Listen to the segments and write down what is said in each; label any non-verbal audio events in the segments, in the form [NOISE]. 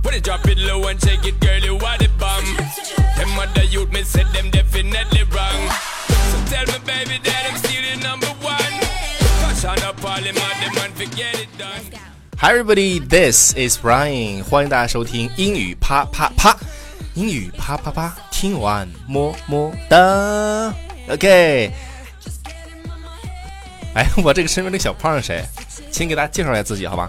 Put it, drop it low and shake it, girl, you are the bomb. Them other youth, me said them definitely wrong. So tell me, baby, that I'm still the number one. Fashion up all them other man, forget it done. Hi everybody, this is Ryan，欢迎大家收听英语啪啪啪，英语啪啪啪，听完么么哒。OK，哎，我这个身边这个小胖是谁？请给大家介绍一下自己好吗？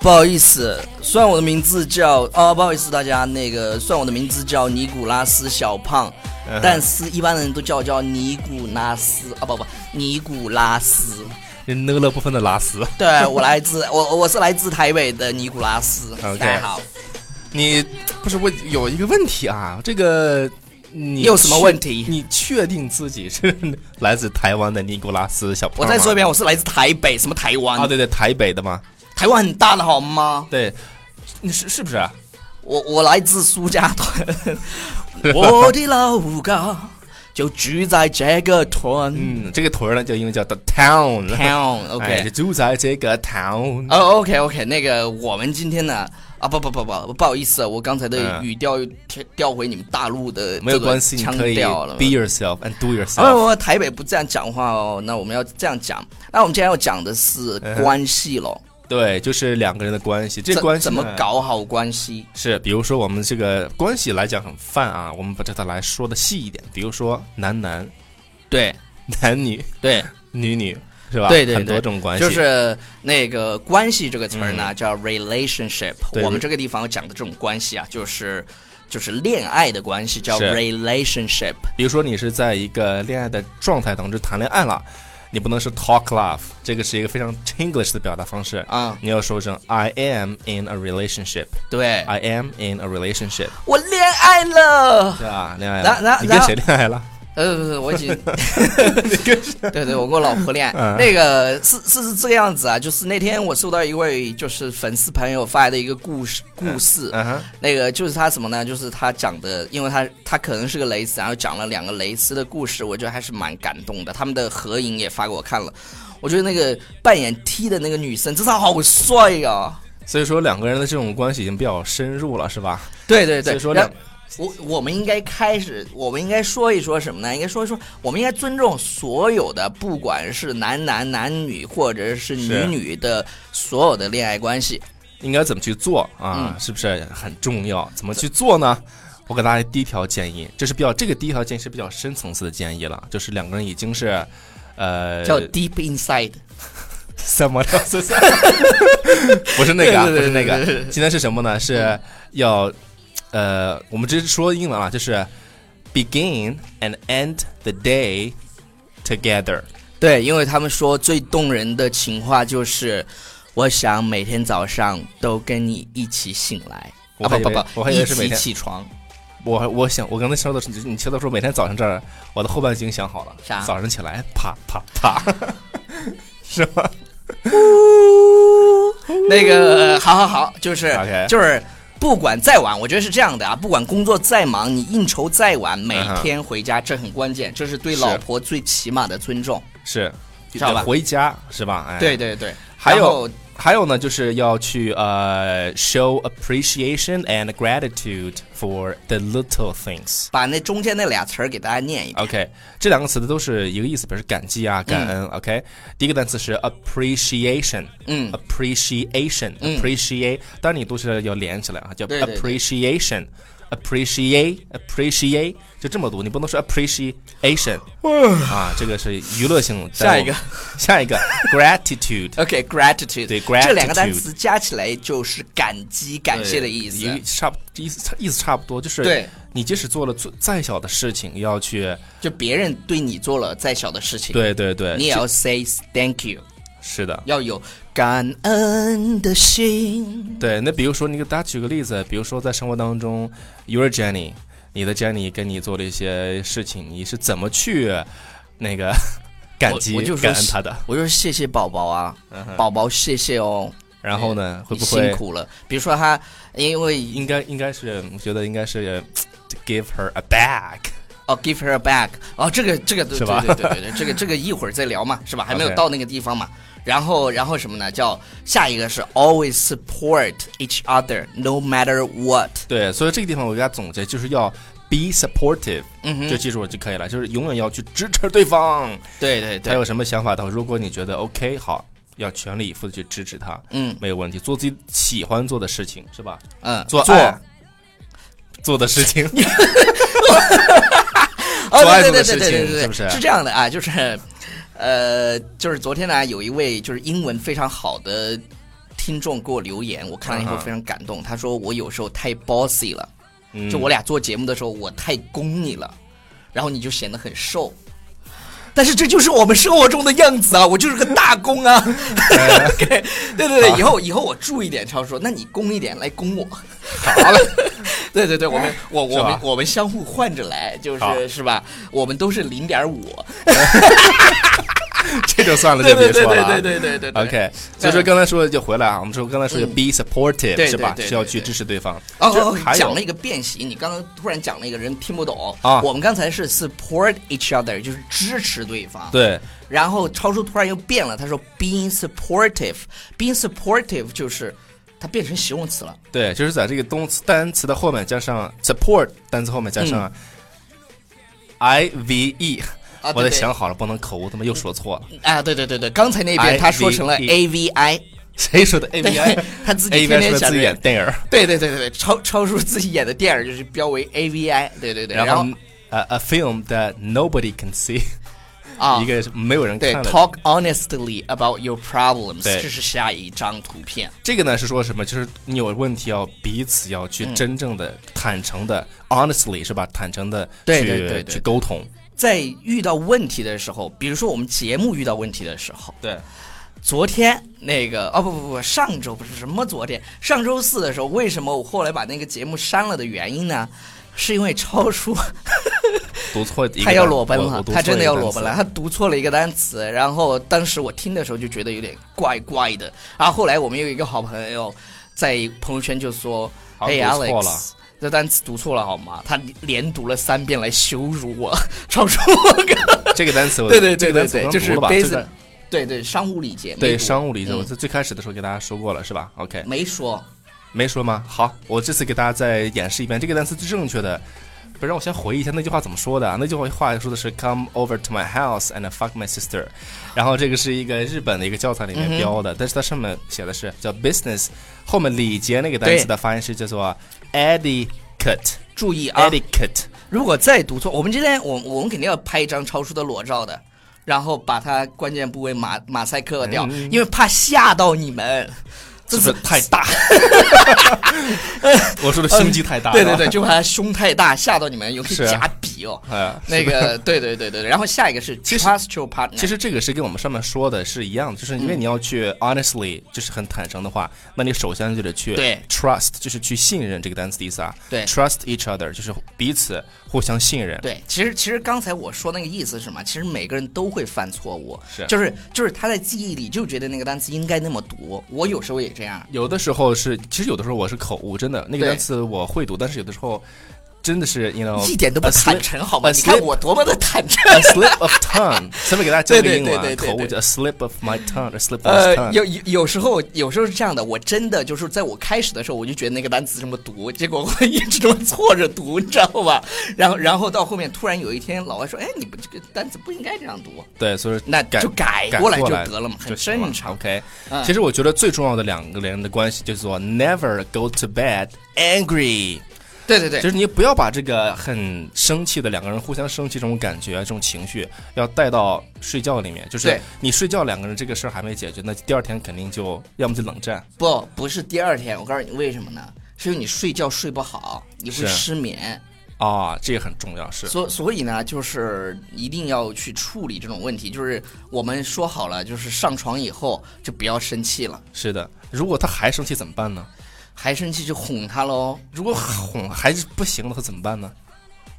不好意思，算我的名字叫啊，不好意思大家，那个算我的名字叫尼古拉斯小胖，嗯但是一般人都叫我叫尼古拉斯啊，不不，尼古拉斯。人讷了不分的拉丝，对我来自 [LAUGHS] 我我是来自台北的尼古拉斯 OK 大家好，你不是我有一个问题啊，这个你你有什么确问题你确定自己是来自台湾的尼古拉斯小胖我吗再说一遍，我是来自台北，什么台湾？啊，对对，台北的吗？台湾很大的好吗？对，你是是不是啊？我我来自苏家 [LAUGHS] 屯，我的老家就住在这个屯嗯，这个屯儿呢，就英文叫 the town。 [LAUGHS] town。哎就 OK，住在这个 town。哦 OK OK，那个我们今天呢啊不不不不不好意思，我刚才的嗯语调又调调回你们大陆的没有关系，你腔可以调了。 be yourself and do 啊， yourself。我台北不这样讲话哦，那我们要这样讲。那我们今天要讲的是关系喽，对，就是两个人的关系，这怎关系怎么呢？搞好关系？是，比如说我们这个关系来讲很泛啊，我们把这个来说的细一点，比如说男男、 [LAUGHS] 对男女、对，女女，是吧？对对很多对种关系。就是那个关系这个词儿呢，叫 relationship。对我们这个地方讲的这种关系啊，就是就是恋爱的关系，叫是 relationship。比如说你是在一个恋爱的状态当中谈恋爱了，你不能是 talk love，这个是一个非常 English 的表达方式啊你要说成 I am in a relationship，I 对， am in a relationship，我恋爱了。对吧？恋爱然了然，你跟然谁恋爱 [LAUGHS] 了？呃，不是，我 [LAUGHS] 已经，对对，我跟我老婆恋爱嗯。那个是是是这个样子啊，就是那天我收到一位就是粉丝朋友发来的一个故事故事，嗯哼，那个就是他什么呢？就是他讲的，因为他他可能是个蕾丝，然后讲了两个蕾丝的故事，我觉得还是蛮感动的。他们的合影也发给我看了，我觉得那个扮演 T 的那个女生真的好帅啊！所以说两个人的这种关系已经比较深入了，是吧？ [LAUGHS] 对对所对，以说然两后我我们应该开始，我们应该说一说什么呢？应该说一说，我们应该尊重所有的，不管是男男、男女，或者是女是女的所有的恋爱关系。应该怎么去做啊？是不是很重要？怎么去做呢？我给大家第一条建议，这是比较这个第一条建议是比较深层次的建议了，就是两个人已经是，呃，叫 deep inside，什么叫 [LAUGHS] 不是那个啊，不对是那对对个对对。今天是什么呢？是要呃，我们直接说英文啊，就是 begin and end the day together。对，因为他们说最动人的情话就是，我想每天早上都跟你一起醒来。我啊还不以不为不，我还以为是每一起天起床。我我想我刚才说的是，你你说的说每天早上这儿，我的后半句已经想好了，啥早上起来啪啪啪， [LAUGHS] 是吧？那个，呃好好好，就是 OK 就是，不管再晚，我觉得是这样的啊，不管工作再忙，你应酬再晚，每嗯天回家、这很关键，这是对老婆最起码的尊重。是，知道吧回家是吧？哎，对对对，还然后有还有呢，就是要去呃、show appreciation and gratitude for the little things。把那中间那俩词儿给大家念一遍。 OK，这两个词的都是一个意思，表示感激啊、感恩。OK，第一个单词是 appreciation，嗯嗯 appreciation，appreciate，、当然你都是要连起来啊，叫对对对 appreciation。appreciate appreciate 就这么读，你不能说 appreciation 啊，这个是娱乐性。下一个，下一个 gratitude， OK，gratitude，、对这两个单 gratitude 词加起来就是感激、感谢的意思。一差不意思意思差不多，就是对你即使做了最再小的事情，要去就别人对你做了再小的事情，对对对，你也要 say thank you，是的，要有感恩的心。对，那比如说，你给大家举个例子，比如说在生活当中，your Jenny，你的 Jenny 跟你做了一些事情，你是怎么去那个感激我我就说感恩是他的？我就说谢谢宝宝啊，宝宝谢谢哦，然后呢，会你不辛会苦了。比如说他，因为应该应该是我觉得应该是 to give her a back，哦，give her back，哦，这个这个对是吧对对对对，对这个这个一会儿再聊嘛，是吧？还没有 OK 到那个地方嘛。然后然后什么呢？叫下一个是 always support each other no matter what。对，所以这个地方我给大家总结就是要 be supportive，嗯就哼，记住我就可以了，就是永远要去支持对方。对对他对，有什么想法的话，如果你觉得 OK 好，要全力以赴的去支持他，嗯没有问题，做自己喜欢做的事情是吧？嗯，做做爱做的事 [LAUGHS] 情，哦， [LAUGHS] 做爱对做的对对对事情对对，是不是这样的啊，就是，呃，就是昨天呢，有一位就是英文非常好的听众给我留言，我看了以后嗯哼非常感动。他说我有时候太 bossy 了，嗯就我俩做节目的时候我太攻你了，然后你就显得很瘦。但是这就是我们生活中的样子啊，我就是个大攻啊！ [LAUGHS] 对对对啊对，以后以后我注意点，超叔，那你攻一点来攻我。 [LAUGHS] 好了，对对对，我们我是我吧们我们相互换着来，就好是是吧？我们都是零点五， [LAUGHS] 这就算了，对就对别对说了对啊。对对对对对。 OK，所以说刚才说的就回来啊，我们说刚才说的嗯 be supportive、对是吧？对对是要对去对支持对方。哦就哦，还有讲了一个变形，你刚刚突然讲了一个人听不懂啊我们刚才是 support each other，就是支持对方。。对，然后超叔突然又变了，他说 being supportive，being supportive 就是它变成形容词了。对，就是在这个动词单词的后面加上 support，单词后面加上 i v e。嗯啊对我得对想好了，不能口误，他妈又说错了。啊，对对对对，刚才那 E 边他说成了 a v i，谁说的 a v 对 i？， [LAUGHS] 他自 a v 己天 i 天说想自着己演电影儿，对对对对对，超超叔自己演的电影就是标为 A V I，对对对，然然后呃，a film that nobody can see，啊，一个是没有人对看的。 ，Talk honestly about your problems，对这是下一张图片。这个呢是说什么？就是你有问题要彼此要去嗯真正的、坦诚的，honestly 是吧？坦诚的去对对对对对去沟通。在遇到问题的时候，比如说我们节目遇到问题的时候，对，昨天那个哦不不不，上周不是什么昨天，上周四的时候，为什么我后来把那个节目删了的原因呢？是因为超叔读错一个单词，他要裸奔我了我，读他错真的一个要单裸词奔了，他读错了一个单词，然后当时我听的时候就觉得有点怪怪的，然后后来我们有一个好朋友在朋友圈就说：“好哎像读错了，Alex，这单词读错了好吗？”他连读了三遍来羞辱我，超出我这个单词我， [LAUGHS] 对对这个对对单词对，我就刚读是了吧？这个 basic，对对商务礼节，没对读商务理解，嗯我在最开始的时候给大家说过了，是吧？OK，没说没说吗？好，我这次给大家再演示一遍这个单词是正确的。不是，让我先回忆一下那句话怎么说的啊？那句话说的是 “Come over to my house and fuck my sister”，然后这个是一个日本的一个教材里嗯面标的，但是它上面写的是叫 “business”，后面礼节那个单词的发音是叫做 “etiquette”。注意哎啊， etiquette，如果再读错，我们今天我我们肯定要拍一张超叔的裸照的，然后把他关键部位马马赛克掉，因为怕吓到你们。是嗯不是太大？我说的胸肌太大了。哦对对对，就怕他胸太大吓到你们，尤其是啊夹笔哦。 [LAUGHS] 哎呀，那个，对对对对对，然后下一个是其实 trust your partner，其实这个是跟我们上面说的是一样的，就是因嗯为你要去 honestly，、就是很坦诚的话，那你首先就得去对 trust，就是去信任这个单词的意思啊。对，trust each other，就是彼此互相信任。对，其实其实刚才我说那个意思是什么？其实每个人都会犯错误，是就是就是他在记忆里就觉得那个单词应该那么读，我有时候也这样。有的时候是，其实有的时候我是口误，真的那个对单词我会读，但是有的时候真的是，you know，一点都不 a slip- 坦诚，好吗？ a 你看 slip- 我多么的坦诚。 A slip of tongue，顺 [LAUGHS] 便给大家教一个对对英文啊对对，对口误对叫 a slip of my tongue，a slip of [LAUGHS] 呃， tongue。有有有时候有时候是这样的，我真的就是在我开始的时候，我就觉得那个单词这么读，结果我一直这么错着读，你知道吧？然后然后到后面突然有一天，老外说：“哎，你不这个单词不应该这样读。对，所以说那改就改改过来过就来得了嘛很就行了正常 OK，、嗯其实我觉得最重要的两个人的关系就是说，never go to bed angry，” 对对对就，是你不要把这个很生气的两个人互相生气这种感觉、这种情绪，要带到睡觉里面。就是对你睡觉两个人这个事儿还没解决，那第二天肯定就要么就冷战。不不是第二天，我告诉你为什么呢？是因为你睡觉睡不好，你会是失眠。啊、这个很重要，是所所以呢，就是一定要去处理这种问题。就是我们说好了，就是上床以后就不要生气了，是的。如果他还生气怎么办呢？ [LAUGHS] 还生气就哄他喽。如果哄还是不行的话怎么办呢？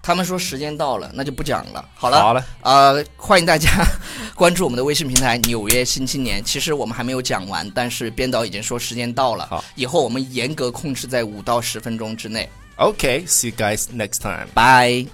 他们说时间到了，那就不讲了。好了，好了，呃，欢迎大家 [LAUGHS] 关注我们的微信平台《纽约新青年》。其实我们还没有讲完，但是编导已经说时间到了。好，以后我们严格控制在五到十分钟之内。 OK，see、you guys next time。拜。